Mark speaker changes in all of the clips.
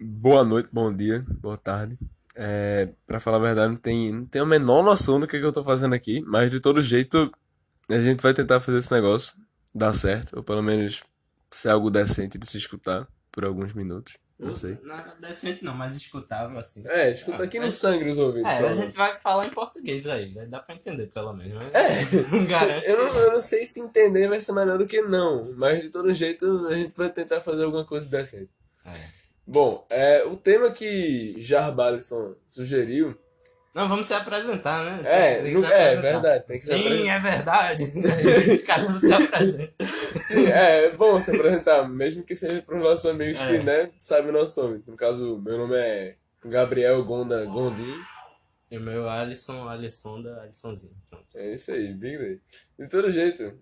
Speaker 1: Boa noite, bom dia, boa tarde. É, para falar a verdade, não tem, não tenho a menor noção do que, é que eu tô fazendo aqui, mas de todo jeito a gente vai tentar fazer esse negócio dar certo, ou pelo menos ser algo decente de se escutar por alguns minutos. Não sei.
Speaker 2: Não, decente não, mas escutável assim.
Speaker 1: É, escuta
Speaker 2: Ah,
Speaker 1: aqui
Speaker 2: é-
Speaker 1: no sangue os ouvidos.
Speaker 2: É, a
Speaker 1: pronto.
Speaker 2: gente vai falar em português aí, né? dá pra entender pelo menos, mas
Speaker 1: É.
Speaker 2: não garante.
Speaker 1: Eu não, eu não sei se entender vai ser melhor do que não, mas de todo jeito a gente vai tentar fazer alguma coisa decente.
Speaker 2: É.
Speaker 1: Bom, é, o tema que Jarbalison sugeriu
Speaker 2: Não, vamos se apresentar, né?
Speaker 1: é,
Speaker 2: Tem que
Speaker 1: não,
Speaker 2: se
Speaker 1: é
Speaker 2: apresentar.
Speaker 1: verdade, tem que se
Speaker 2: Sim,
Speaker 1: apresentar.
Speaker 2: é verdade. Cada um se apresenta.
Speaker 1: Sim, é, é bom se apresentar, mesmo que seja para os nossos amigos que
Speaker 2: É.
Speaker 1: né, sabem o nosso nome. No caso, meu nome é Gabriel Gonda Gondim.
Speaker 2: E o meu Alisson, Alisson da Alissonzinho. Pronto.
Speaker 1: É isso aí, Big Day. De todo jeito,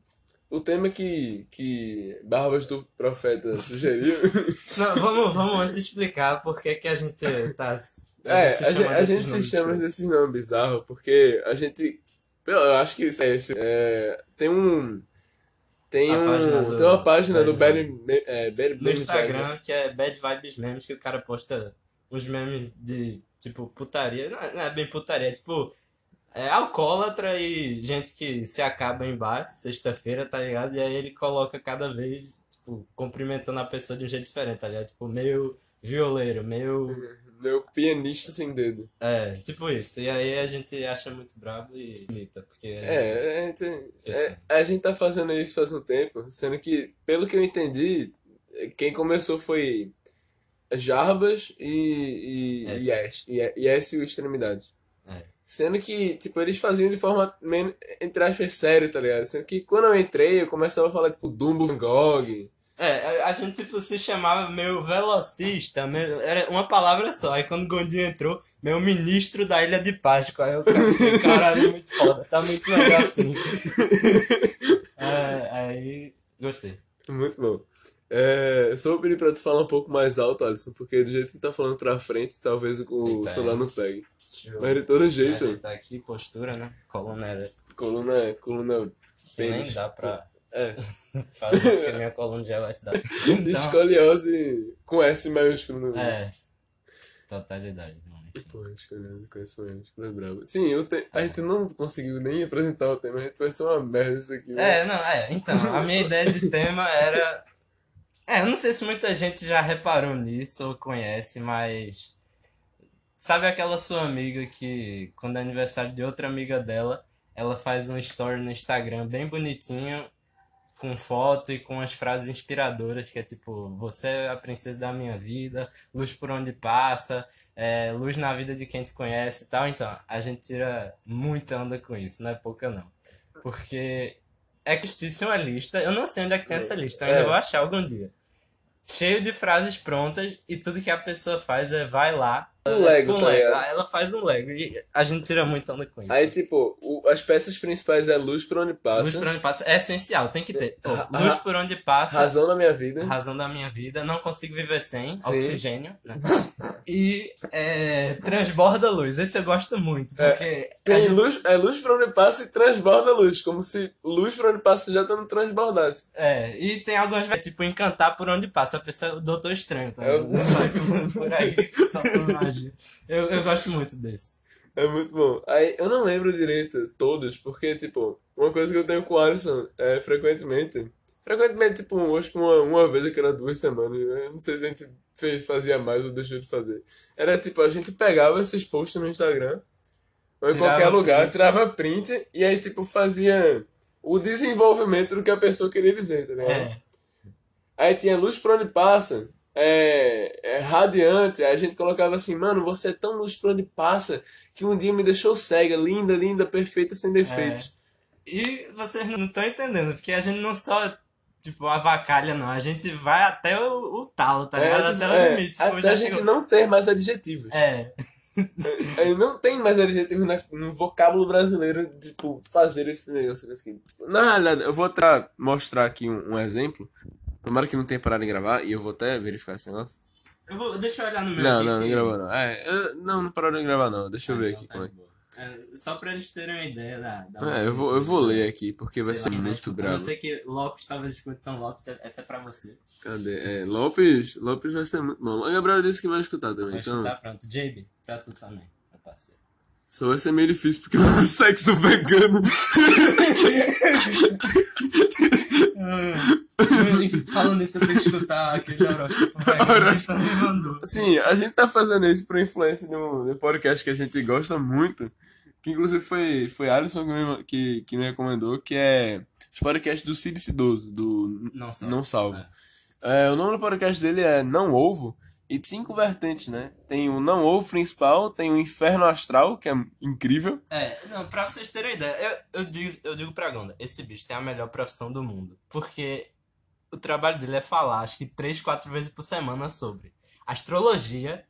Speaker 1: o tema que, que Barbas do Profeta sugeriu.
Speaker 2: Não, vamos, vamos antes explicar por que, que a gente tá.
Speaker 1: É, a gente,
Speaker 2: chama
Speaker 1: a
Speaker 2: desses
Speaker 1: gente se
Speaker 2: nomes
Speaker 1: chama
Speaker 2: todos.
Speaker 1: desses nomes bizarros porque a gente. Eu eu acho que isso é esse. É, tem um. Tem,
Speaker 2: A página
Speaker 1: um,
Speaker 2: do-
Speaker 1: tem uma página do
Speaker 2: Bad
Speaker 1: Bad, é, Bad
Speaker 2: no Instagram, que é Bad Vibes Memes, que o cara posta uns memes de, tipo, putaria. Não é, não é bem putaria, é tipo, é alcoólatra e gente que se acaba em bar, sexta-feira, tá ligado? E aí ele coloca cada vez, tipo, cumprimentando a pessoa de um jeito diferente, tá ligado? Tipo, meu violeiro, meu.
Speaker 1: Meu pianista sem dedo.
Speaker 2: É, tipo isso. E aí a gente acha muito brabo e imita, porque.
Speaker 1: É, é, tem- é, a gente tá fazendo isso faz um tempo, sendo que, pelo que eu entendi, quem começou foi Jarbas e, e Yes, e- yes e o Extremidades.
Speaker 2: É.
Speaker 1: Sendo que, tipo, eles faziam de forma, men- entre aspas, sério, tá ligado? Sendo que quando eu entrei, eu começava a falar, tipo, Dumbo Van Gogh.
Speaker 2: É, a, a gente tipo, se chamava meio velocista, meio- era uma palavra só. Aí quando o Gondinho entrou, meu ministro da Ilha de Páscoa. Aí eu falei, caralho, muito foda, tá muito melhor assim. É, aí, gostei.
Speaker 1: Muito bom. É, eu só vou pedir pra tu falar um pouco mais alto, Alisson, porque do jeito que tá falando pra frente, talvez o
Speaker 2: Eita,
Speaker 1: celular
Speaker 2: é.
Speaker 1: não pegue.
Speaker 2: Deixa eu
Speaker 1: Mas de todo jeito,
Speaker 2: ajeitar aqui, postura, né? Coluna era.
Speaker 1: coluna, coluna
Speaker 2: que Nem
Speaker 1: Pênis.
Speaker 2: dá pra
Speaker 1: É,
Speaker 2: fazer, porque minha coluna já vai se dar.
Speaker 1: de escoliose assim, com S maiúsculo. No...
Speaker 2: Tá. É. Totalidade, mano.
Speaker 1: Porra, escoliose com S maiúsculo é brabo. Sim, eu te- a gente não conseguiu nem apresentar o tema, a gente vai ser uma merda isso aqui. né?
Speaker 2: É, não, é. Então, a minha ideia de tema era. É, eu não sei se muita gente já reparou nisso ou conhece, mas. Sabe aquela sua amiga que, quando é aniversário de outra amiga dela, ela faz um story no Instagram bem bonitinho, com foto e com as frases inspiradoras, que é tipo: Você é a princesa da minha vida, luz por onde passa, é, luz na vida de quem te conhece e tal. Então, a gente tira muita onda com isso, não é pouca não. Porque é que existe uma lista, eu não sei onde é que tem essa lista, eu ainda
Speaker 1: É.
Speaker 2: vou achar algum dia. Cheio de frases prontas e tudo que a pessoa faz é vai lá.
Speaker 1: Um Lego,
Speaker 2: um
Speaker 1: tá
Speaker 2: Lego. é.
Speaker 1: ligado?
Speaker 2: Ela faz um Lego e a gente tira muita onda com isso.
Speaker 1: Aí, tipo, o- as peças principais é luz por onde
Speaker 2: Luz
Speaker 1: passa,
Speaker 2: por onde passa é essencial, tem que ter. Ó,
Speaker 1: Ra-
Speaker 2: luz
Speaker 1: ra-
Speaker 2: por onde passa, razão.
Speaker 1: razão na minha vida.
Speaker 2: da minha vida, não consigo viver sem,
Speaker 1: Sim.
Speaker 2: oxigênio, né? E é, transborda luz, esse eu gosto muito,
Speaker 1: É.
Speaker 2: porque a
Speaker 1: Tem
Speaker 2: gente-
Speaker 1: luz, é luz por onde passa e transborda luz, como se luz por onde passa já não transbordasse.
Speaker 2: é, e tem algumas vezes, tipo, encantar por onde passa, a pessoa é o doutor estranho, tá?
Speaker 1: É o-
Speaker 2: ligado? Sai pulando por aí, só por magia. Eu, eu gosto muito desse.
Speaker 1: É muito bom. Aí, eu não lembro direito todos, porque, tipo, uma coisa que eu tenho com o Alisson é frequentemente. Frequentemente, tipo, acho que uma, uma vez a cada duas semanas, né? eu não sei se a gente fez, fazia mais ou deixou de fazer. Era tipo, a gente pegava esses posts no Instagram, ou em
Speaker 2: Tirava
Speaker 1: qualquer lugar,
Speaker 2: print.
Speaker 1: tirava print, e aí, tipo, fazia o desenvolvimento do que a pessoa queria dizer, tá ligado?
Speaker 2: É,
Speaker 1: Aí tinha luz por onde passa. É, é radiante. Aí A gente colocava assim, mano, você é tão luz por onde passa que um dia me deixou cega, linda, linda, perfeita,
Speaker 2: É,
Speaker 1: sem defeitos.
Speaker 2: E vocês não estão entendendo, porque a gente não só, tipo, avacalha, não. A gente vai até o, o talo, tá ligado?
Speaker 1: tipo,
Speaker 2: até o limite. Tipo,
Speaker 1: até
Speaker 2: já
Speaker 1: a gente
Speaker 2: chegou-
Speaker 1: não ter mais adjetivos.
Speaker 2: É,
Speaker 1: Aí Não tem mais adjetivos na- no vocábulo brasileiro, tipo, fazer esse negócio assim. Na realidade, eu vou até mostrar aqui um, um exemplo. Tomara que não tenha parado de gravar e eu vou até verificar esse negócio.
Speaker 2: eu vou, deixa eu olhar no meu
Speaker 1: Não,
Speaker 2: aqui
Speaker 1: não, não
Speaker 2: que-
Speaker 1: gravou não. É, eu- não, não parou de gravar não. Deixa eu
Speaker 2: Ah,
Speaker 1: ver
Speaker 2: então
Speaker 1: aqui
Speaker 2: tá
Speaker 1: como é.
Speaker 2: de boa. É, só pra eles terem uma ideia da. da
Speaker 1: É, eu vou, eu vou ler aqui, porque vai
Speaker 2: Sei
Speaker 1: ser
Speaker 2: lá, mas
Speaker 1: muito
Speaker 2: escutando, Eu
Speaker 1: brabo.
Speaker 2: sei que Lopes tava escutando Lopes, essa é pra você.
Speaker 1: Cadê? É, Lopes, Lopes vai ser muito bom. A Gabriela disse que vai escutar também,
Speaker 2: Vai
Speaker 1: então.
Speaker 2: escutar, pronto. JB, pra tu também, meu parceiro.
Speaker 1: Só vai ser meio difícil porque é sexo vegano.
Speaker 2: Falando isso, eu tenho que escutar aquele horóscopo
Speaker 1: Horóscopo.
Speaker 2: que me mandou.
Speaker 1: Sim, a gente tá fazendo isso por influência de um, de um podcast que a gente gosta muito. Que inclusive foi, foi Alisson que me, que, que me recomendou, que é os podcasts do Cid Cidoso, do
Speaker 2: Não, só.
Speaker 1: Não Salvo. É, o nome do podcast dele é Não Ovo, e cinco vertentes, né? Tem o Não Ovo principal, tem o Inferno Astral, que é incrível.
Speaker 2: É, não, pra vocês terem ideia, eu, eu, digo, eu digo pra Gonda, esse bicho tem a melhor profissão do mundo. Porque o trabalho dele é falar, acho que três, quatro vezes por semana sobre astrologia,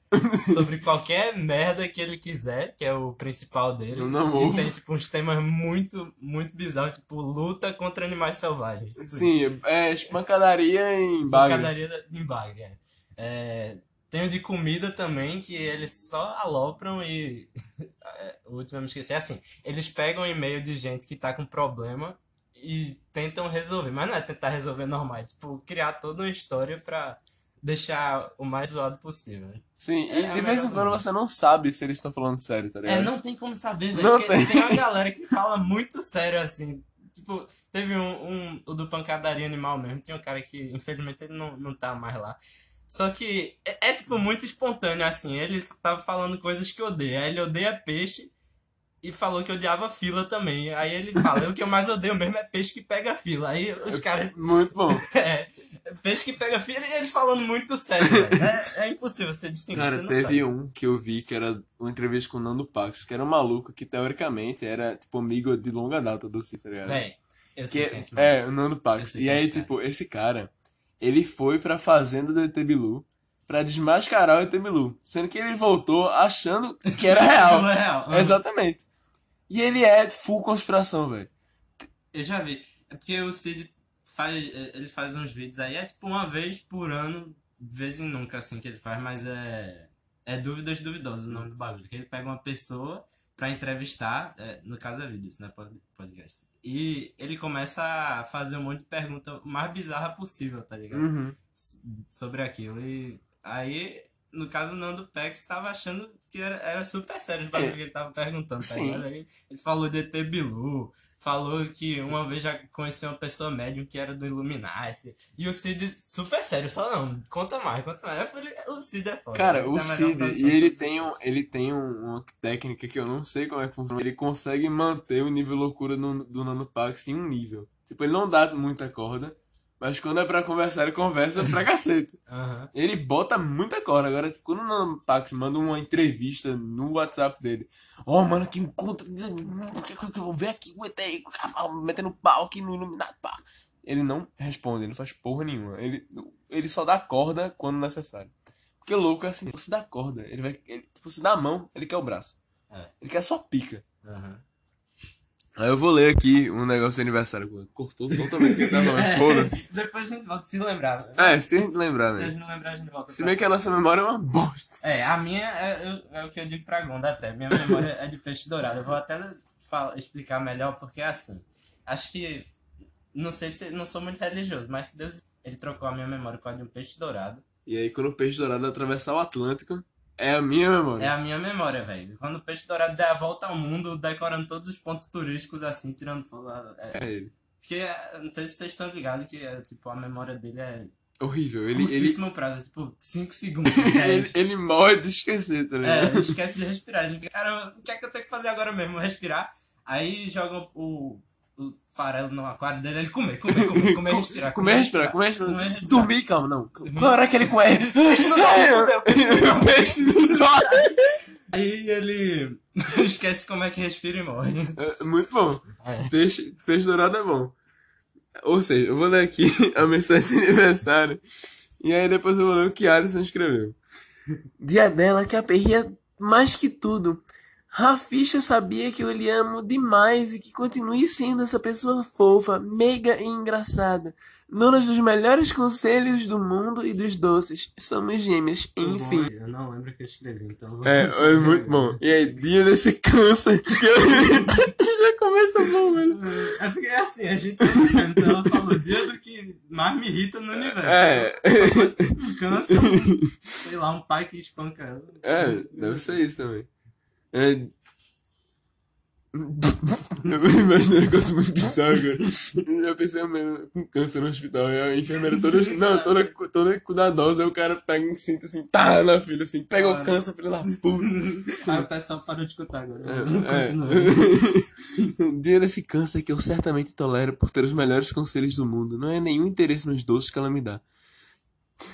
Speaker 2: sobre qualquer merda que ele quiser, que é o principal dele.
Speaker 1: Eu não ouvo.
Speaker 2: e tem, tipo, uns temas muito, muito bizarros, tipo, luta contra animais selvagens. Tipo,
Speaker 1: Sim, é espancadaria em bagre.
Speaker 2: Pancadaria da- em Bagre. é. É, tem o de comida também, que eles só alopram e. É, o último eu me esqueci. É assim: eles pegam e-mail de gente que tá com problema e tentam resolver. Mas não é tentar resolver normal, é tipo criar toda uma história pra deixar o mais zoado possível.
Speaker 1: Sim,
Speaker 2: É, é
Speaker 1: e
Speaker 2: a
Speaker 1: de vez
Speaker 2: melhor
Speaker 1: em quando
Speaker 2: banda.
Speaker 1: você não sabe se eles estão falando sério, tá ligado?
Speaker 2: É, não tem como saber, velho.
Speaker 1: Não
Speaker 2: Porque
Speaker 1: tem.
Speaker 2: tem. uma galera que fala muito sério assim. Tipo, teve um, um- O do pancadaria animal mesmo. Tinha um cara que, infelizmente, ele não, não tá mais lá. Só que é, é, tipo, muito espontâneo, assim. Ele tava falando coisas que odeia. Aí ele odeia peixe e falou que odiava fila também. Aí ele fala: o que eu mais odeio mesmo é peixe que pega fila. Aí os caras.
Speaker 1: Muito bom.
Speaker 2: É, peixe que pega fila e ele falando muito sério, velho. É, é impossível você distinguir. você
Speaker 1: Cara,
Speaker 2: não
Speaker 1: teve
Speaker 2: sabe.
Speaker 1: um que eu vi que era uma entrevista com o Nando Pax, que era um maluco que teoricamente era, tipo, amigo de longa data do Cid, tá ligado?
Speaker 2: Véi, eu sei
Speaker 1: Que,
Speaker 2: quem é esse maluco.
Speaker 1: é, o Nando
Speaker 2: Eu
Speaker 1: Pax.
Speaker 2: sei
Speaker 1: E
Speaker 2: quem é
Speaker 1: aí,
Speaker 2: esse cara.
Speaker 1: tipo, esse cara, ele foi pra fazenda do ET Bilu pra desmascarar o ET Bilu. Sendo que ele voltou achando que era real.
Speaker 2: Não é real.
Speaker 1: Exatamente. E ele é full conspiração, velho.
Speaker 2: Eu já vi. É porque o Cid faz, ele faz uns vídeos aí, é tipo uma vez por ano, de vez em nunca assim que ele faz, mas é. É Dúvidas Duvidosas o nome do bagulho. Que ele pega uma pessoa pra entrevistar, é, no caso é vídeo, isso não é pod- podcast. E ele começa a fazer um monte de pergunta mais bizarra possível, tá ligado?
Speaker 1: Uhum.
Speaker 2: s- sobre aquilo. E aí, no caso, o Nando Pex estava achando que era, era super sério os bagulho que ele tava perguntando, tá
Speaker 1: Sim.
Speaker 2: ligado? Aí ele falou de ET Bilu, falou que uma vez já conheceu uma pessoa médium que era do Illuminati. E o Cid, super sério, só não, conta mais, conta mais. Eu falei, o Cid é foda.
Speaker 1: Cara,
Speaker 2: ele
Speaker 1: o
Speaker 2: tem a melhor
Speaker 1: Cid,
Speaker 2: profissão
Speaker 1: e ele
Speaker 2: de todos
Speaker 1: tem,
Speaker 2: os
Speaker 1: um,
Speaker 2: tempos.
Speaker 1: ele tem um- uma técnica que eu não sei como é que funciona. Ele consegue manter o nível loucura no- do Nano Pax em um nível. Tipo, ele não dá muita corda, mas quando é pra conversar, ele conversa pra cacete.
Speaker 2: Aham.
Speaker 1: Ele bota muita corda. Agora, tipo, quando o Nano Pax manda uma entrevista no WhatsApp dele, ó, mano, que encontro. Vou ver aqui, o ET aí, metendo pau aqui no iluminado, pá. Ele não responde, ele não faz porra nenhuma. Ele, ele só dá corda quando necessário. Porque o louco é assim, você dá corda, ele vai. Ele, tipo, você dá a mão, ele quer o braço.
Speaker 2: É.
Speaker 1: Ele quer só pica.
Speaker 2: aham.
Speaker 1: Aí eu vou ler aqui um negócio de aniversário. Cortou totalmente o que eu tava falando, foda-se.
Speaker 2: Depois a gente volta, se lembrar.
Speaker 1: É, se a gente lembrar,
Speaker 2: Se a
Speaker 1: né?
Speaker 2: gente não lembrar, a gente volta. tá
Speaker 1: Se
Speaker 2: pra
Speaker 1: bem que a nossa memória é uma bosta.
Speaker 2: É, a minha é, eu- é o que eu digo pra Gonda até. Minha memória é de peixe dourado. Eu vou até fala- explicar melhor porque é assim. Acho que. Não sei se. Não sou muito religioso, mas se Deus. Ele trocou a minha memória com a de um peixe dourado.
Speaker 1: E aí, quando o peixe dourado atravessar o Atlântico, é a minha
Speaker 2: É
Speaker 1: memória.
Speaker 2: a minha memória, velho. Quando o peixe dourado der a volta ao mundo, decorando todos os pontos turísticos assim, tirando foto. É,
Speaker 1: É ele.
Speaker 2: porque, é, não sei se vocês estão ligados que, é, tipo, a memória dele é.
Speaker 1: Horrível. Ele, ele,
Speaker 2: Curtíssimo prazo, é, tipo, 5 segundos. né?
Speaker 1: ele, ele morre de esquecer, tá ligado?
Speaker 2: É, ele esquece de respirar. Ele fica, cara, o que é que eu tenho que fazer agora mesmo? Respirar. Aí joga o, o farelo no aquário dele, ele comer, comer, comer, comer, respirar.
Speaker 1: Comer, respirar, comer, respirar.
Speaker 2: Comer, respirar.
Speaker 1: Dormir, calma, não. Qual é era aquele coé?
Speaker 2: Peixe não tá dá, fudeu,
Speaker 1: Peixe não tá. dá.
Speaker 2: Aí ele esquece como é que respira e morre.
Speaker 1: É, Muito bom.
Speaker 2: É.
Speaker 1: Peixe, peixe dourado é bom. Ou seja, eu vou ler aqui a mensagem de aniversário. E aí depois eu vou ler o que Alisson escreveu. Dia dela que aperria mais que tudo.
Speaker 3: Raficha sabia que eu lhe amo demais e que continue sendo essa pessoa fofa, meiga e engraçada. Dona dos melhores conselhos do mundo e dos doces. Somos gêmeas, enfim.
Speaker 2: Tá Bom, eu não lembro o que eu escrevi, então. vou
Speaker 1: É, é
Speaker 2: escrever.
Speaker 1: muito bom. E aí, dia desse câncer. que eu- Já começa bom, velho.
Speaker 2: É porque é assim, a gente então ela falou dia do que mais me irrita no universo.
Speaker 1: É,
Speaker 2: Pode ser um câncer, sei lá, um pai que espanca ela.
Speaker 1: é, deve ser isso também. É... Eu imaginei um negócio muito bizarro agora. Eu pensei mesmo com câncer no hospital. E a enfermeira toda. Não, toda, toda cuidadosa. Aí o cara pega um cinto assim, tá na filha, assim, pega o
Speaker 2: Cara.
Speaker 1: câncer, filha da puta.
Speaker 2: Aí o pessoal parou de escutar agora. Continua.
Speaker 1: É, é. Dinheiro esse é. câncer que eu certamente tolero por ter os melhores conselhos do mundo. Não é nenhum interesse nos doces que ela me dá.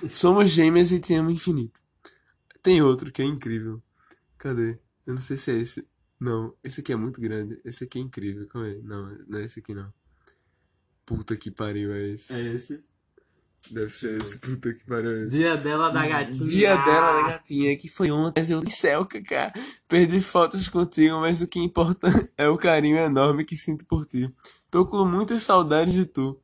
Speaker 1: Somos gêmeas e te amo infinito. Tem outro que é incrível. Cadê? Eu não sei se é esse. Não, esse aqui é muito grande. Esse aqui é incrível. Calma aí. Não, não é esse aqui não. Puta que pariu, é esse.
Speaker 2: É esse.
Speaker 1: Deve ser esse. Puta que pariu, é esse.
Speaker 2: Dia dela da gatinha.
Speaker 3: Dia dela
Speaker 2: Ah,
Speaker 3: da gatinha, que foi ontem, mas eu disse, céu, Cacá.
Speaker 1: Perdi fotos contigo, mas o que importa é o carinho enorme que sinto por ti. Tô com muitas saudades de tu.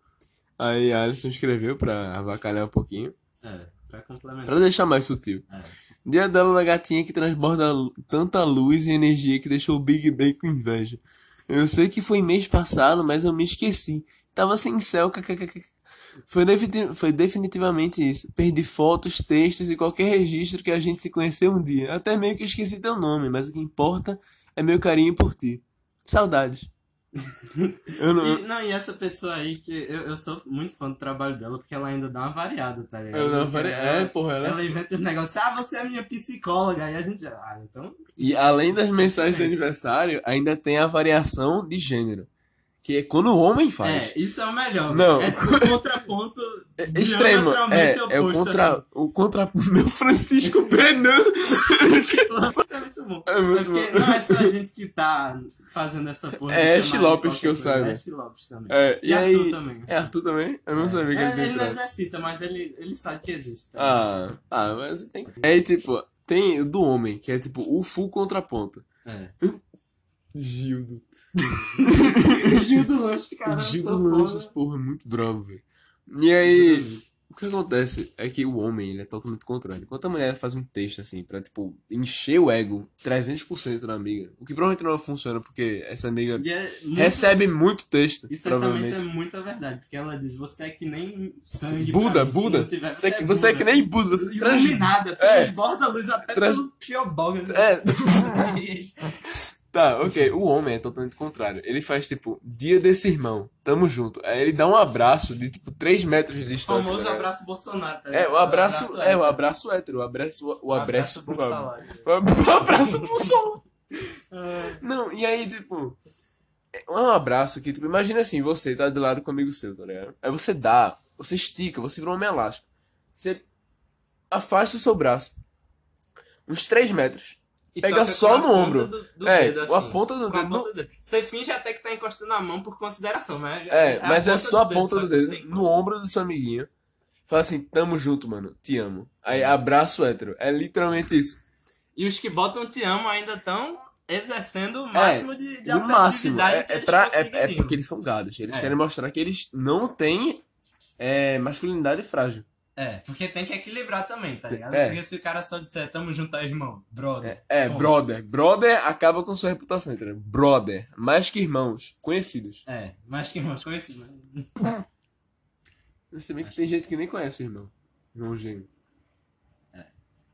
Speaker 1: Aí Alisson escreveu pra avacalhar um pouquinho,
Speaker 2: É, pra complementar.
Speaker 1: pra deixar mais sutil.
Speaker 2: É.
Speaker 1: Dia dela da gatinha que transborda lu- tanta luz e energia que deixou o Big Bang com inveja. Eu sei que foi mês passado, mas eu me esqueci. Tava sem céu, kkkk. Foi, defini- foi definitivamente isso. Perdi fotos, textos e qualquer registro que a gente se conheceu um dia. Até meio que esqueci teu nome, mas o que importa é meu carinho por ti. Saudades. eu não.
Speaker 2: E, não, e essa pessoa aí que eu, eu sou muito fã do trabalho dela, porque ela ainda dá uma variada, tá ligado?
Speaker 1: Eu não
Speaker 2: Porque
Speaker 1: falei.
Speaker 2: ela-
Speaker 1: É, porra, ela.
Speaker 2: Ela inventa os negócios, ah, você é minha psicóloga, aí a gente já, ah, então,
Speaker 1: E além das mensagens de aniversário, ainda tem a variação de gênero. Que é quando o homem faz.
Speaker 2: é, isso é o melhor,
Speaker 1: Não.
Speaker 2: é tipo um contraponto
Speaker 1: É extremo. É,
Speaker 2: diametralmente
Speaker 1: é o
Speaker 2: oposto,
Speaker 1: contra.
Speaker 2: assim.
Speaker 1: O contra. Meu Francisco Brenan.
Speaker 2: isso é muito bom.
Speaker 1: É muito
Speaker 2: porque
Speaker 1: bom.
Speaker 2: não é só a gente que tá fazendo essa porra.
Speaker 1: É
Speaker 2: de
Speaker 1: Ash
Speaker 2: chamar de
Speaker 1: Lopes que eu
Speaker 2: qualquer coisa.
Speaker 1: saiba.
Speaker 2: É Ash Lopes também.
Speaker 1: É, e,
Speaker 2: E, Arthur
Speaker 1: aí.
Speaker 2: também.
Speaker 1: É Arthur também? Eu não sabia que
Speaker 2: É,
Speaker 1: ele tinha
Speaker 2: ele não
Speaker 1: entrado.
Speaker 2: exercita, mas ele, ele sabe que existe. tá ligado?
Speaker 1: Ah, ah, mas tem. É tipo, tem o do homem, que é tipo o full contraponto.
Speaker 2: É.
Speaker 1: Gildo.
Speaker 2: Gil do Lanche, cara,
Speaker 1: Gildo Lanches, porra, é muito bravo, velho. E aí. O que acontece é que o homem, ele é totalmente contrário. Enquanto a mulher faz um texto, assim, pra, tipo, encher o ego 300% da amiga, o que provavelmente não funciona, porque essa amiga
Speaker 2: E é muito-
Speaker 1: recebe muito texto,
Speaker 2: Isso também
Speaker 1: provavelmente.
Speaker 2: é muita verdade, porque ela diz, você é que nem sangue. pra
Speaker 1: Buda,
Speaker 2: mim, se
Speaker 1: Buda.
Speaker 2: não tiver-
Speaker 1: Você, é que, você é que nem Buda, você trans...
Speaker 2: Iluminada,
Speaker 1: É.
Speaker 2: transborda a luz até
Speaker 1: Trans-
Speaker 2: pelo piobol. né?
Speaker 1: É, Tá, ok. O homem é totalmente contrário. Ele faz tipo, dia desse irmão, tamo junto. Aí ele dá um abraço de tipo 3 metros de
Speaker 2: O
Speaker 1: distância.
Speaker 2: famoso
Speaker 1: tá ligado?
Speaker 2: abraço Bolsonaro, tá
Speaker 1: É,
Speaker 2: ligado?
Speaker 1: o abraço, é, o
Speaker 2: hétero.
Speaker 1: abraço hétero, o abraço, o abraço,
Speaker 2: bom
Speaker 1: pro-
Speaker 2: salário.
Speaker 1: o Um abraço pro sol.
Speaker 2: Ah,
Speaker 1: Não, e aí, tipo, é um abraço que, tipo, imagina assim, você tá do lado com um amigo seu, tá ligado? Aí você dá, você estica, você vira um homem elástico. Você afasta o seu braço uns 3 metros.
Speaker 2: e
Speaker 1: Pega
Speaker 2: toca
Speaker 1: só
Speaker 2: Então, com a
Speaker 1: no
Speaker 2: ponta
Speaker 1: ombro.
Speaker 2: do- do
Speaker 1: é,
Speaker 2: dedo,
Speaker 1: a
Speaker 2: assim.
Speaker 1: ponta do
Speaker 2: Com a
Speaker 1: dedo. não-
Speaker 2: ponta do dedo. Você finge até que tá encostando a mão por consideração, né?
Speaker 1: É,
Speaker 2: a
Speaker 1: mas é
Speaker 2: ponta
Speaker 1: só a
Speaker 2: do
Speaker 1: ponta
Speaker 2: só
Speaker 1: do
Speaker 2: que você
Speaker 1: dedo
Speaker 2: encosta.
Speaker 1: no ombro do seu amiguinho. Fala assim, tamo junto, mano, te amo. Aí abraço hétero. É literalmente isso.
Speaker 2: E os que botam te amo ainda estão exercendo É, o máximo de, de
Speaker 1: o máximo.
Speaker 2: afetividade
Speaker 1: É,
Speaker 2: que
Speaker 1: é,
Speaker 2: eles
Speaker 1: pra, é, é
Speaker 2: conseguiriam.
Speaker 1: porque eles são gados. Eles
Speaker 2: tipo assim, É.
Speaker 1: querem mostrar que eles não têm é, masculinidade frágil.
Speaker 2: É, porque tem que equilibrar também, tá ligado?
Speaker 1: É.
Speaker 2: Porque se o cara só disser, tamo junto aí, irmão, brother.
Speaker 1: É, é,
Speaker 2: Bom.
Speaker 1: brother. Brother acaba com sua reputação, entendeu? Brother. Mais que irmãos. Conhecidos.
Speaker 2: É, mas que mais conhecido, né?
Speaker 1: Você bem que tem gente que nem conhece o irmão. Irmão gêmeo.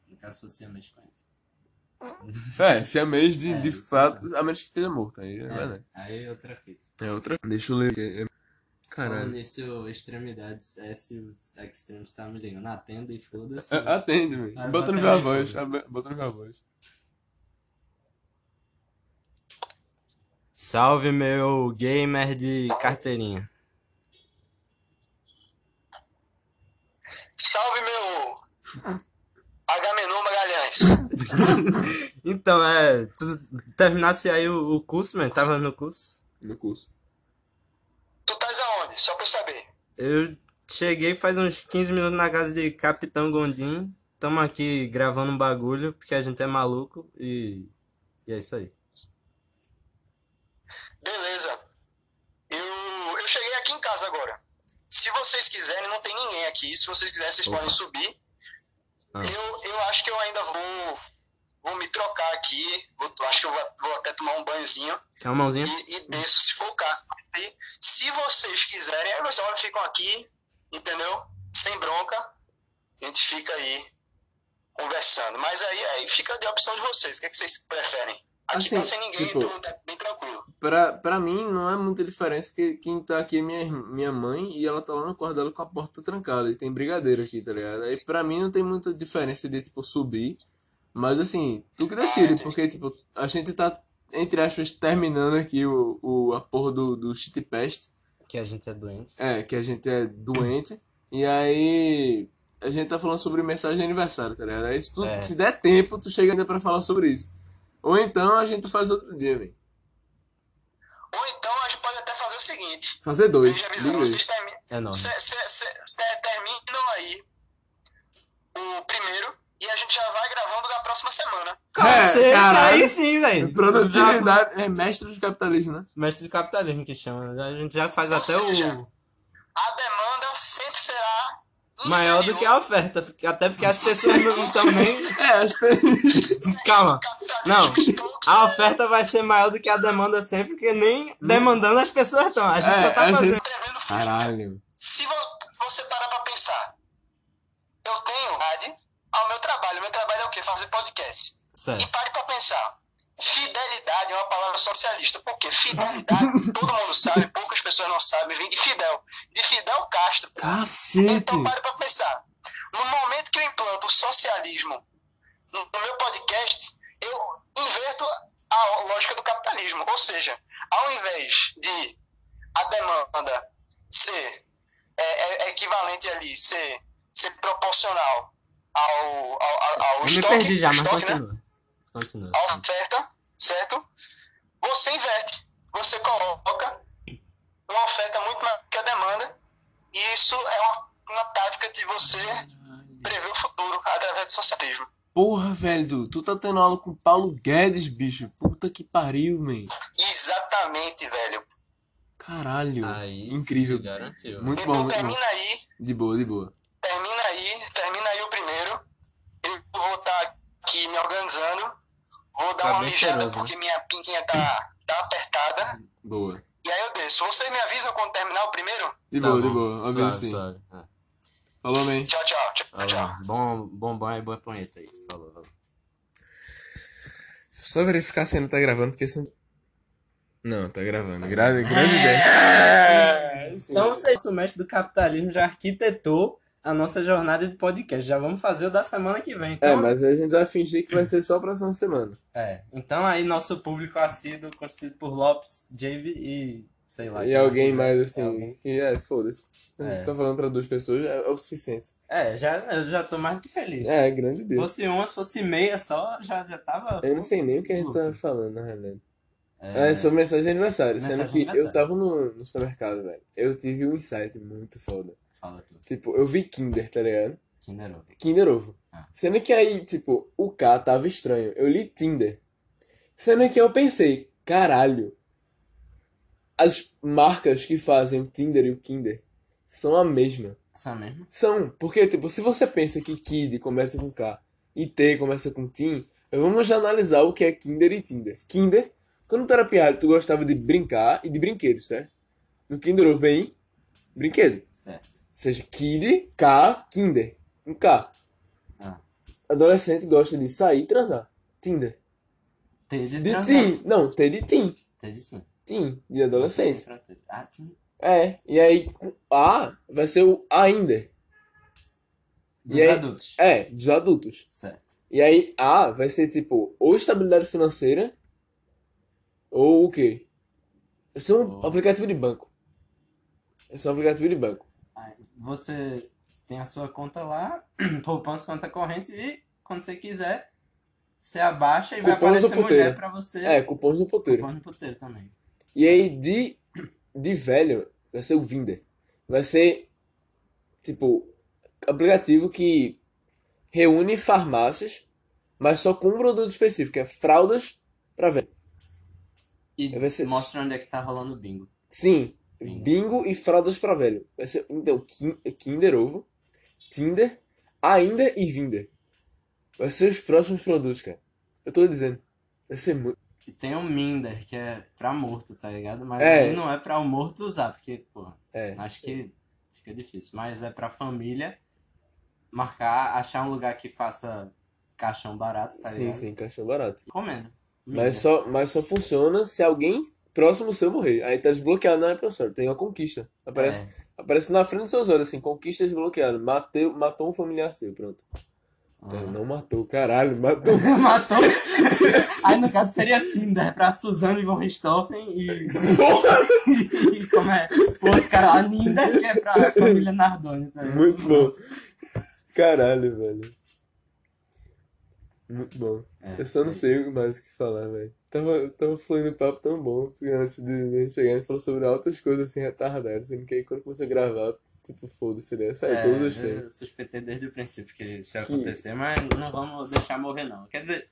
Speaker 2: No caso fosse a mais conhecido.
Speaker 1: É, se a mês de,
Speaker 2: É,
Speaker 1: de
Speaker 2: isso
Speaker 1: fato, a menos que esteja morto. Aí é, verdade.
Speaker 2: aí outra fita.
Speaker 1: É outra. Deixa eu ler. que é- Caralho.
Speaker 2: Falando nisso, extremidades S, os extremos tá me ligando na tenda e foda-se.
Speaker 1: A- É, Atende, velho.
Speaker 2: Ah,
Speaker 1: Bota no
Speaker 2: atende,
Speaker 1: viva voz.
Speaker 2: foda-se.
Speaker 1: abe- Bota no viva voz.
Speaker 2: Salve, meu gamer de carteirinha.
Speaker 4: Salve, meu Agamenon Magalhães.
Speaker 2: Então, é, tu terminasse aí o, o curso, mano? Tava no curso?
Speaker 1: No curso.
Speaker 4: Tu estás aonde? Só pra eu saber.
Speaker 2: Eu cheguei faz uns 15 minutos na casa de Capitão Gondim. Tamo aqui gravando um bagulho, porque a gente é maluco e. E é isso aí.
Speaker 4: Beleza. Eu, eu cheguei aqui em casa agora. Se vocês quiserem, não tem ninguém aqui. Se vocês quiserem, vocês
Speaker 2: Opa.
Speaker 4: podem subir.
Speaker 2: Ah.
Speaker 4: Eu, eu acho que eu ainda vou, vou me trocar aqui. Vou, acho que eu vou, vou até tomar um banhozinho
Speaker 2: Calma, mãozinha.
Speaker 4: e, e desço se for o caso. E se vocês quiserem, aí vocês olha, ficam aqui, entendeu? Sem bronca. A gente fica aí conversando. Mas aí, aí fica de opção de vocês. O que, é que vocês preferem? Aqui
Speaker 1: Assim,
Speaker 4: tá sem ninguém,
Speaker 1: tipo-
Speaker 4: então tá bem tranquilo.
Speaker 1: Pra, pra mim não é muita diferença, porque quem tá aqui é minha, irm- minha mãe e ela tá lá no quarto dela com a porta trancada e tem brigadeiro aqui, tá ligado? Aí pra mim não tem muita diferença de, tipo, subir. Mas assim, tu que decide, porque, tipo, a gente tá, entre aspas, terminando aqui o, o, a porra do, do shitpest.
Speaker 2: Que a gente é doente.
Speaker 1: É, que a gente é doente. E aí. A gente tá falando sobre mensagem de aniversário, tá ligado? Aí se, tu,
Speaker 2: É.
Speaker 1: se der tempo, tu chega ainda pra falar sobre isso. Ou então a gente faz outro dia, velho.
Speaker 4: Ou então a gente pode até fazer o seguinte.
Speaker 1: Fazer
Speaker 4: Eu
Speaker 1: dois.
Speaker 4: já avisando,
Speaker 1: Beleza.
Speaker 4: vocês terminam.
Speaker 2: É enorme.
Speaker 4: Cê, cê, cê, te- terminam aí o primeiro e a gente já vai gravando da próxima semana.
Speaker 1: tá
Speaker 2: Caceta,
Speaker 1: É, caralho.
Speaker 2: aí sim, velho.
Speaker 1: Produtividade é mestre do capitalismo, né?
Speaker 2: Mestre do capitalismo que chama. A gente já faz
Speaker 4: Ou
Speaker 2: até
Speaker 4: seja,
Speaker 2: o.
Speaker 4: A demanda sempre será
Speaker 2: Maior do
Speaker 4: inferior
Speaker 2: que a oferta. porque- Até porque as pessoas não estão nem.
Speaker 1: É, as pessoas.
Speaker 2: Calma.
Speaker 4: capitalismo
Speaker 2: Não.
Speaker 4: estoque.
Speaker 2: A oferta vai ser maior do que a demanda sempre, porque nem demandando as pessoas estão. A gente
Speaker 1: Hum. É,
Speaker 2: só tá
Speaker 1: a gente-
Speaker 2: fazendo.
Speaker 4: Prevendo o futuro.
Speaker 1: Caralho.
Speaker 4: Se vo- você parar pra pensar, eu tenho rádio ao meu trabalho. Meu trabalho é o quê? Fazer podcast. E
Speaker 2: Certo.
Speaker 4: pare pra pensar. Fidelidade é uma palavra socialista. Por quê? Fidelidade, todo mundo sabe, poucas pessoas não sabem, vem de Fidel. De Fidel Castro.
Speaker 1: Cacete.
Speaker 4: Então pare para pensar. No momento que eu implanto o socialismo no no meu podcast, eu inverto a lógica do capitalismo. Ou seja, ao invés de a demanda ser é, é- é equivalente ali, ser, ser proporcional ao, ao, ao, ao
Speaker 2: Eu me
Speaker 4: estoque,
Speaker 2: perdi já, mas
Speaker 4: estoque, né?
Speaker 2: continua. Continua.
Speaker 4: a oferta, certo? Você inverte. Você coloca uma oferta muito maior que a demanda. E isso é uma, uma tática de você prever o futuro através do socialismo.
Speaker 1: Porra, velho, tu tá tendo aula com o Paulo Guedes, bicho. Puta que pariu, man.
Speaker 4: Exatamente, velho.
Speaker 1: Caralho.
Speaker 2: Aí,
Speaker 1: Incrível.
Speaker 2: se Garantiu.
Speaker 1: Muito bom,
Speaker 4: Então
Speaker 1: muito bom.
Speaker 4: termina aí,
Speaker 1: De boa, de boa.
Speaker 4: termina aí, termina aí o primeiro. Eu vou estar aqui me organizando. Vou dar
Speaker 2: Tá
Speaker 4: uma
Speaker 2: bem
Speaker 4: mijada
Speaker 2: cheiroso,
Speaker 4: porque minha pintinha tá, tá apertada.
Speaker 1: Boa.
Speaker 4: E aí eu desço. Vocês me avisam quando terminar o primeiro?
Speaker 1: De
Speaker 2: Tá
Speaker 1: boa, assim.
Speaker 2: bom.
Speaker 1: de boa. Óbvio
Speaker 2: Suave,
Speaker 1: sim.
Speaker 2: suave. Ah,
Speaker 1: Falou, man.
Speaker 4: Tchau, tchau. Tchau,
Speaker 2: falou.
Speaker 4: tchau.
Speaker 2: Bom, bom, bom e boa punheta aí. Falou. falou.
Speaker 5: Só verificar se ainda tá gravando, porque se... Não, tá gravando. Gra grande
Speaker 2: É.
Speaker 5: ideia.
Speaker 1: É,
Speaker 2: Então, vocês, o mestre do capitalismo já arquitetou a nossa jornada de podcast. Já vamos fazer o da semana que vem. Então,
Speaker 1: É, mas a gente vai fingir que vai ser só a próxima semana.
Speaker 2: É, então aí nosso público assíduo, constituído por Lopes, Jave e sei lá.
Speaker 1: E
Speaker 2: quem
Speaker 1: alguém
Speaker 2: quiser.
Speaker 1: mais
Speaker 2: É,
Speaker 1: assim,
Speaker 2: alguém-
Speaker 1: que é, foda-se.
Speaker 2: É.
Speaker 1: Tá falando pra duas pessoas, é é o suficiente.
Speaker 2: É, já, eu já tô mais do que feliz.
Speaker 1: É, grande
Speaker 2: Se
Speaker 1: Deus.
Speaker 2: fosse uma, se fosse meia só, já, já tava.
Speaker 1: Eu não sei nem o que a gente tá
Speaker 2: Lucas.
Speaker 1: falando, na realidade.
Speaker 2: É,
Speaker 1: É, sobre mensagem de aniversário. Sendo
Speaker 2: Mensagem
Speaker 1: que
Speaker 2: de aniversário.
Speaker 1: eu tava no, no supermercado, velho. Eu tive um insight muito foda.
Speaker 2: fala tudo.
Speaker 1: Tipo, eu vi Kinder, tá ligado?
Speaker 2: Kinder Ovo.
Speaker 1: Kinder Ovo.
Speaker 2: Ah.
Speaker 1: Sendo que aí, tipo, o K tava estranho. Eu li Tinder. Sendo que eu pensei, caralho. As marcas que fazem o Tinder e o Kinder são a mesma.
Speaker 2: Isso mesmo?
Speaker 1: São, porque, tipo, se você pensa que Kid começa com K e T começa com Tim, vamos já analisar o que é Kinder e Tinder. Kinder, quando tu era piada, tu gostava de brincar e de brinquedos, certo? No Kinder Ovo vem brinquedo.
Speaker 2: Certo.
Speaker 1: Ou seja, Kid, K, Kinder. Um K.
Speaker 2: Ah.
Speaker 1: Adolescente gosta de sair e transar. Tinder.
Speaker 2: T de
Speaker 1: De
Speaker 2: transar.
Speaker 1: Tim. Não, T de Tim.
Speaker 2: T de sim.
Speaker 1: Tim, de adolescente.
Speaker 2: Sem fronteira. Ah, sim.
Speaker 1: É, e aí A vai ser o ainda.
Speaker 2: Dos
Speaker 1: E aí-
Speaker 2: adultos.
Speaker 1: É, dos adultos.
Speaker 2: Certo.
Speaker 1: E aí A vai ser tipo, ou estabilidade financeira, ou o quê? Vai ser um
Speaker 2: Ou-
Speaker 1: aplicativo de banco. Vai ser um aplicativo de banco.
Speaker 2: Aí, Você tem a sua conta lá, poupança, conta corrente, e quando você quiser, você abaixa e vai
Speaker 1: Cupons do
Speaker 2: aparecer mulher
Speaker 1: puteiro.
Speaker 2: pra você.
Speaker 1: É, cupons no poteiro.
Speaker 2: Cupom no puteiro também.
Speaker 1: E aí de, de velho, vai ser o Vinder. Vai ser, tipo, aplicativo que reúne farmácias, mas só com um produto específico, que é fraldas pra velho.
Speaker 2: E
Speaker 1: Vai ser-
Speaker 2: mostra onde é que tá rolando o bingo.
Speaker 1: Sim,
Speaker 2: Bingo.
Speaker 1: bingo e fraldas pra velho. Vai ser, então, Kin- Kinder Ovo, Tinder, Ainda e Vinder. Vai ser os próximos produtos, cara. Eu tô dizendo. Vai ser muito.
Speaker 2: E tem o Minder, que é pra morto, tá ligado? Mas
Speaker 1: É.
Speaker 2: aí não é pra o morto usar, porque, pô,
Speaker 1: É.
Speaker 2: acho que fica difícil. Mas é pra família marcar, achar um lugar que faça caixão barato, tá
Speaker 1: Sim,
Speaker 2: ligado? Uhum.
Speaker 1: sim, caixão barato.
Speaker 2: Recomendo. Minder.
Speaker 1: Mas só, mas só funciona se alguém próximo seu morrer. Aí tá desbloqueado, não é, professor? Tem uma conquista. Aparece,
Speaker 2: É.
Speaker 1: aparece na frente dos seus olhos, assim, conquista desbloqueado. Mateu, matou um familiar seu, pronto. Pera,
Speaker 2: Ah.
Speaker 1: Não matou, caralho, matou.
Speaker 2: Matou. Aí no caso seria Cinder pra Suzane von Richthofen e.
Speaker 1: um
Speaker 2: e como é? O outro cara lá, Ninder, que é pra família Nardoni, tá ligado?
Speaker 1: Muito bom. Caralho, velho. Muito bom.
Speaker 2: É,
Speaker 1: Eu só não sei mais o que falar, velho. Tava, tava fluindo um papo tão bom. porque Antes de, de a gente chegar, a gente falou sobre altas coisas assim, retardadas. Assim, que aí quando começou a gravar, tipo, foda-se, né? Sai
Speaker 2: É,
Speaker 1: todos os tempos.
Speaker 2: eu suspeitei desde o princípio que isso ia acontecer, mas não vamos deixar morrer, não. Quer dizer,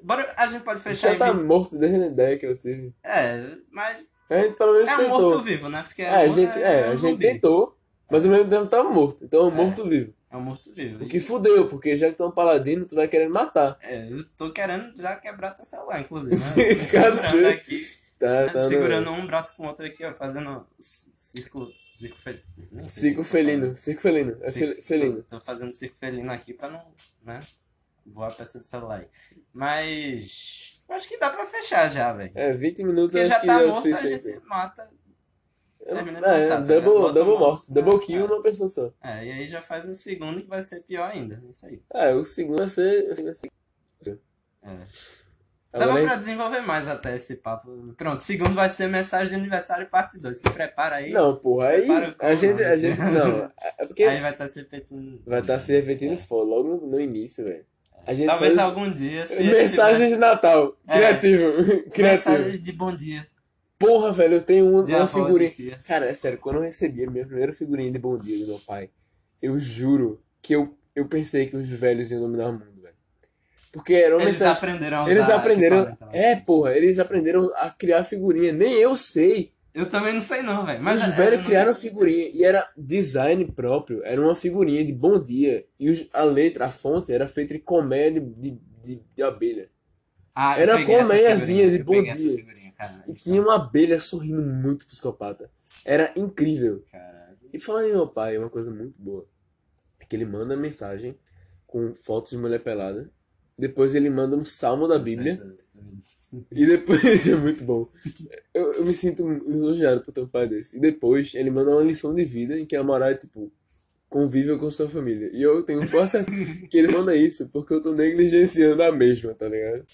Speaker 2: bora, a gente pode fechar
Speaker 1: Já
Speaker 2: em
Speaker 1: tá
Speaker 2: vinte-
Speaker 1: morto desde a ideia que eu tive.
Speaker 2: É, mas
Speaker 1: A gente pelo menos
Speaker 2: é um
Speaker 1: tentou.
Speaker 2: morto-vivo, né? Porque
Speaker 1: É, a
Speaker 2: morto
Speaker 1: gente, é, a
Speaker 2: um
Speaker 1: gente
Speaker 2: zumbi.
Speaker 1: tentou, mas ao mesmo tempo tava morto. Então é um
Speaker 2: É.
Speaker 1: morto-vivo.
Speaker 2: É um morto-vivo.
Speaker 1: O que fudeu, porque já que tu é um paladino, tu vai querer matar.
Speaker 2: É, eu tô querendo já quebrar teu celular, inclusive. Né?
Speaker 1: Sim,
Speaker 2: Tô segurando
Speaker 1: cacete.
Speaker 2: aqui.
Speaker 1: Tá, tá, não.
Speaker 2: segurando um braço com o outro aqui, ó, fazendo c- círculo. Circo felino.
Speaker 1: Circo felino, circo felino. É fel- felino.
Speaker 2: Tô, tô fazendo circo felino aqui pra não, né? Voar a peça do celular aí. Mas. eu Acho que dá pra fechar já, velho.
Speaker 1: É, 20 minutos eu
Speaker 2: Porque já
Speaker 1: acho que
Speaker 2: tá
Speaker 1: já é o
Speaker 2: morto, a
Speaker 1: suficiente.
Speaker 2: gente mata.
Speaker 1: É,
Speaker 2: termina de
Speaker 1: é,
Speaker 2: matar, tá ligado?
Speaker 1: double,
Speaker 2: Bota
Speaker 1: double
Speaker 2: um
Speaker 1: morte.
Speaker 2: morto.
Speaker 1: Double
Speaker 2: É,
Speaker 1: kill
Speaker 2: é.
Speaker 1: numa pessoa só.
Speaker 2: É, e aí já faz o segundo que vai ser pior ainda. é Isso aí.
Speaker 1: Ah, o segundo vai ser. Vai ser.
Speaker 2: É. Dava
Speaker 1: Agora a
Speaker 2: pra
Speaker 1: gente...
Speaker 2: desenvolver mais até esse papo. Pronto, segundo vai ser mensagem de aniversário parte 2. Se prepara aí.
Speaker 1: Não, porra, aí.
Speaker 2: Prepara o cu,
Speaker 1: A gente. A
Speaker 2: mano.
Speaker 1: gente. Não. É porque
Speaker 2: Aí vai estar se repetindo.
Speaker 1: vai estar se repetindo
Speaker 2: É.
Speaker 1: foda logo no, no início, velho. A gente
Speaker 2: Talvez
Speaker 1: faz-
Speaker 2: algum dia. Se
Speaker 1: Mensagens de Natal.
Speaker 2: É.
Speaker 1: Criativo.
Speaker 2: tiver
Speaker 1: Criativo.
Speaker 2: mensagens de bom dia.
Speaker 1: Porra, velho, eu tenho um-
Speaker 2: De
Speaker 1: uma
Speaker 2: avó, de
Speaker 1: figurinha.
Speaker 2: tia.
Speaker 1: Cara, é sério, quando eu recebi a minha primeira figurinha de Bom Dia do meu pai, eu juro que eu, eu pensei que os velhos iam dominar o mundo, velho. Porque era uma
Speaker 2: Eles
Speaker 1: mensagem.
Speaker 2: aprenderam a usar
Speaker 1: Eles aprenderam.
Speaker 2: equipamento, né?
Speaker 1: É, porra, eles aprenderam a criar figurinha. Nem eu sei.
Speaker 2: Eu também não sei não, velho.
Speaker 1: Mas
Speaker 2: Mas
Speaker 1: os
Speaker 2: é, eu
Speaker 1: velhos
Speaker 2: não-
Speaker 1: criaram figurinha e era design próprio. Era uma figurinha de bom dia. E os- a letra, a fonte, era feita de colmeia de, de, de- de abelha.
Speaker 2: Ah, eu
Speaker 1: era
Speaker 2: peguei essa
Speaker 1: colmeiazinha
Speaker 2: figurinha,
Speaker 1: de
Speaker 2: eu peguei
Speaker 1: bom
Speaker 2: essa
Speaker 1: dia.
Speaker 2: figurinha, cara.
Speaker 1: E tinha uma abelha sorrindo muito psicopata. Era incrível.
Speaker 2: Caralho.
Speaker 1: E falando em meu pai, uma coisa muito boa. É que ele manda mensagem com fotos de mulher pelada. Depois ele manda um salmo
Speaker 2: é
Speaker 1: da Bíblia. E depois. É muito bom. Eu, eu me sinto lisonjeado por ter um pai desse. E depois ele manda uma lição de vida em que a moral é tipo. Conviva com sua família. E eu tenho quase certeza que ele manda isso porque eu tô negligenciando a mesma, tá ligado?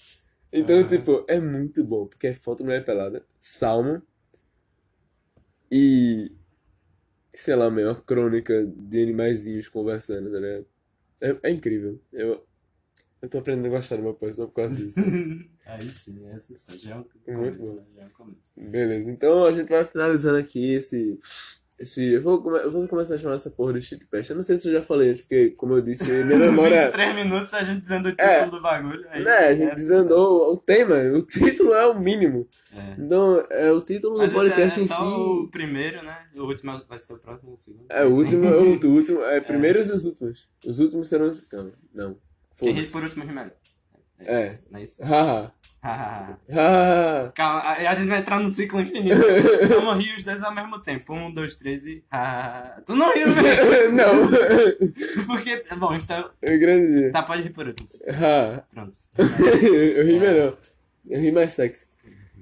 Speaker 1: Então,
Speaker 2: Aham.
Speaker 1: tipo, é muito bom. Porque é foto de mulher pelada, salmo. E. Sei lá, meu, uma crônica de animaizinhos conversando, tá ligado? É, é incrível. Eu, eu tô aprendendo a gostar do meu pai só por causa disso.
Speaker 2: Aí sim, essa só já é um começo,
Speaker 1: Muito
Speaker 2: já é um começo.
Speaker 1: Beleza, então a gente vai finalizando aqui esse. esse eu, vou, come- eu vou começar a chamar essa porra de shitpest. Eu não sei se eu já falei antes, porque, como eu disse, minha memória.
Speaker 2: 23 minutos a gente dizendo o título
Speaker 1: É.
Speaker 2: do bagulho. Aí,
Speaker 1: né, a gente
Speaker 2: essa
Speaker 1: desandou o tema, o título é o mínimo.
Speaker 2: só- É.
Speaker 1: Então, é o título do
Speaker 2: Mas esse
Speaker 1: podcast
Speaker 2: é
Speaker 1: em
Speaker 2: só
Speaker 1: si.
Speaker 2: o primeiro, né? O último vai ser o próximo, o segundo.
Speaker 1: É o último, é o último, é primeiros e os últimos. Os últimos serão. Não, não.
Speaker 2: Quem ri
Speaker 1: Foda-se.
Speaker 2: por último ri melhor.
Speaker 1: É.
Speaker 2: isso, Não é isso? Ah,
Speaker 1: Haha. Haha.
Speaker 2: Calma, aí a gente vai entrar no ciclo infinito. Vamos rir os dois ao mesmo tempo. Um, dois, três e. tu não riu, velho!
Speaker 1: Não.
Speaker 2: Porque. Bom, então.
Speaker 1: É grande dia.
Speaker 2: Tá, pode rir por último.
Speaker 1: Ha.
Speaker 2: Pronto.
Speaker 1: eu ri melhor. Eu ri mais sexy.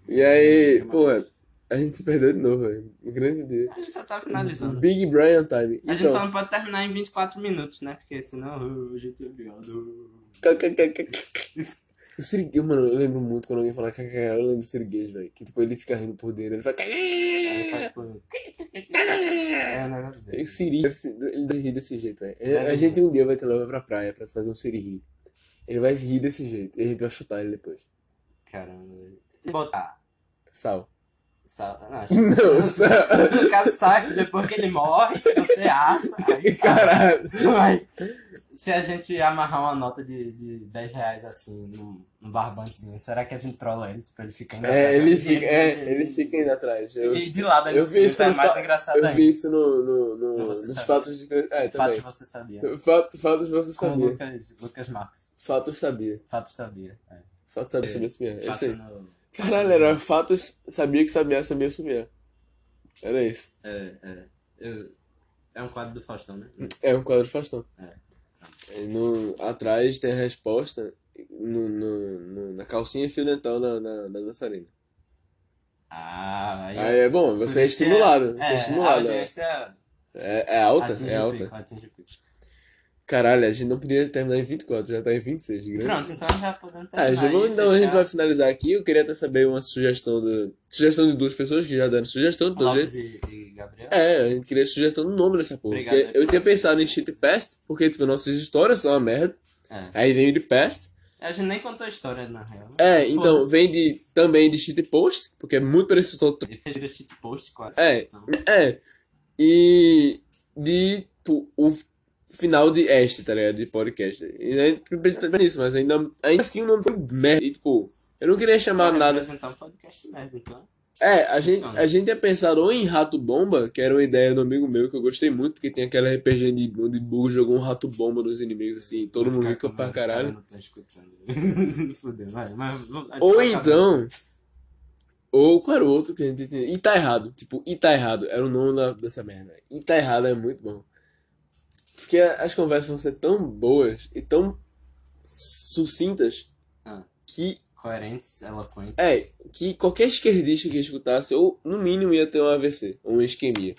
Speaker 1: E aí, pô, a gente se perdeu de novo, velho. Um grande dia.
Speaker 2: A gente só tá finalizando.
Speaker 1: Big Brian time.
Speaker 2: A gente
Speaker 1: Então,
Speaker 2: só não pode terminar em 24 minutos, né? Porque senão uh, a gente é obrigado.
Speaker 1: kkkk. O Siriguês, mano, eu lembro muito quando alguém fala kkk, eu lembro do Siriguês, velho. Que tipo, ele fica rindo por dentro, ele fala
Speaker 2: Aí é, faz
Speaker 1: kkk.
Speaker 2: por. É um negócio
Speaker 1: E
Speaker 2: desse.
Speaker 1: Siri, ele ri desse jeito, velho.
Speaker 2: Deve
Speaker 1: A gente um dia vai te levar pra praia pra fazer um Siri rir. Ele vai rir desse jeito, e a gente vai chutar ele depois.
Speaker 2: Caramba. velho. Botar.
Speaker 1: Sal.
Speaker 2: Sa... Não, acho
Speaker 1: Não, sabe?
Speaker 2: No caso, sabe, depois que ele morre, você assa, aí sabe.
Speaker 1: Caralho.
Speaker 2: Mas se a gente amarrar uma nota de, de 10 reais assim num, num barbantezinho, será que a gente trola ele? Tipo, ele fica ainda
Speaker 1: É,
Speaker 2: atrás?
Speaker 1: ele fica, é, ele fica indo atrás. Eu,
Speaker 2: E de lado ele
Speaker 1: eu vi isso
Speaker 2: é
Speaker 1: no
Speaker 2: mais
Speaker 1: fa-
Speaker 2: engraçado
Speaker 1: eu
Speaker 2: ainda.
Speaker 1: vi isso no, no, no-
Speaker 2: Não, você
Speaker 1: nos
Speaker 2: sabe.
Speaker 1: fatos de. É,
Speaker 2: Fatos
Speaker 1: também.
Speaker 2: você sabia.
Speaker 1: Fato, fatos você
Speaker 2: Com o
Speaker 1: sabia.
Speaker 2: Lucas, Lucas Marcos.
Speaker 1: Fatos sabia.
Speaker 2: Fatos sabia. É.
Speaker 1: Fatos sabia,
Speaker 2: É,
Speaker 1: sabia, sabia. É isso
Speaker 2: Faça
Speaker 1: aí.
Speaker 2: no.
Speaker 1: Caralho, era fatos sabia que sabia, sabia, sabia. Era isso.
Speaker 2: É, é. Eu- É um quadro do Faustão, né?
Speaker 1: É um quadro Faustão.
Speaker 2: É.
Speaker 1: É, No, atrás tem a resposta no, no- no- na calcinha fio dental da, da, da dançarina.
Speaker 2: Ah, aí.
Speaker 1: Aí é bom, você é
Speaker 2: Audiência-
Speaker 1: estimulado. Você é
Speaker 2: A
Speaker 1: estimulado. É,
Speaker 2: audiência
Speaker 1: é alta,
Speaker 2: atinge
Speaker 1: é
Speaker 2: o
Speaker 1: alta.
Speaker 2: pico, atinge o pico.
Speaker 1: Caralho, a gente não podia terminar em 24, já tá em 26, grande.
Speaker 2: Pronto, então já podemos
Speaker 1: Ah,
Speaker 2: terminar
Speaker 1: já vou,
Speaker 2: aí,
Speaker 1: então a gente
Speaker 2: fechar.
Speaker 1: vai finalizar aqui. Eu queria até saber uma sugestão de. Sugestão de duas pessoas que já deram sugestão, de todo jeito.
Speaker 2: Lopes e, e Gabriel.
Speaker 1: É, a gente queria sugestão do nome dessa porra.
Speaker 2: Obrigado,
Speaker 1: porque
Speaker 2: né,
Speaker 1: eu tinha
Speaker 2: pela
Speaker 1: pensado em
Speaker 2: sugestão.
Speaker 1: Shit Past, porque tipo, nossas histórias são uma merda.
Speaker 2: É.
Speaker 1: Aí vem o de Past.
Speaker 2: A gente nem contou a história, na real.
Speaker 1: É, então
Speaker 2: Foda-se.
Speaker 1: vem de também de Shit Post, porque é muito parecido com outro.
Speaker 2: Ele fez o cheat post quase.
Speaker 1: É.
Speaker 2: Então,
Speaker 1: É. E de tipo, o final de este, tá ligado? De podcast. E a gente pensava nisso, mas ainda, ainda assim o nome foi merda. E tipo, eu não queria chamar
Speaker 2: vai
Speaker 1: nada.
Speaker 2: apresentar um podcast merda, então.
Speaker 1: É, a gente,
Speaker 2: Funciona.
Speaker 1: a gente tinha pensado ou em Rato Bomba, que era uma ideia do amigo meu que eu gostei muito, porque tem aquela RPG de onde Bug jogou um Rato Bomba nos inimigos, assim, e todo
Speaker 2: Vai
Speaker 1: mundo
Speaker 2: ficar
Speaker 1: rica
Speaker 2: com
Speaker 1: pra
Speaker 2: medo, os caras
Speaker 1: caralho.
Speaker 2: Não tá escutando. Fudeu, vai. Mas, vamos- a gente
Speaker 1: Ou
Speaker 2: vai acabar.
Speaker 1: então. Ou qual era o outro que a gente tinha? E tá errado. Tipo, e tá errado. Era o nome da, dessa merda. E tá errado é muito bom. Porque a- as conversas vão ser tão boas e tão sucintas
Speaker 2: Ah.
Speaker 1: que
Speaker 2: Coerentes, eloquentes.
Speaker 1: É, que qualquer esquerdista que escutasse, ou no mínimo ia ter um AVC, ou uma isquemia.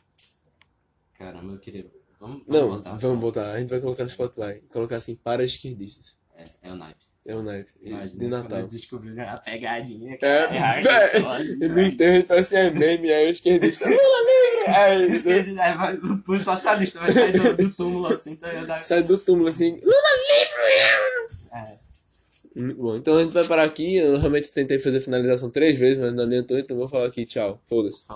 Speaker 2: Caramba, eu queria. Vamos, vamos
Speaker 1: Não,
Speaker 2: botar. um-
Speaker 1: vamos botar. A gente vai colocar no Spotify. Colocar assim, para esquerdistas.
Speaker 2: É, é o naipe.
Speaker 1: É o naipe.
Speaker 2: Imagina
Speaker 1: De
Speaker 2: quando
Speaker 1: Natal.
Speaker 2: eu descobri a pegadinha.
Speaker 1: É,
Speaker 2: cara. Ai,
Speaker 1: é.
Speaker 2: pode,
Speaker 1: E no
Speaker 2: vai.
Speaker 1: enterro ele fala assim, é meme, aí o esquerdista. Lula livre! É Aí,
Speaker 2: Esqueci, aí vai- O socialista vai sair do, do túmulo assim, tá ligado?
Speaker 1: sai do túmulo assim, Lula
Speaker 2: É.
Speaker 1: livre! Bom, então a gente vai parar aqui. Eu realmente tentei fazer finalização três vezes, mas não adiantou, então eu vou falar aqui, tchau. Foda-se.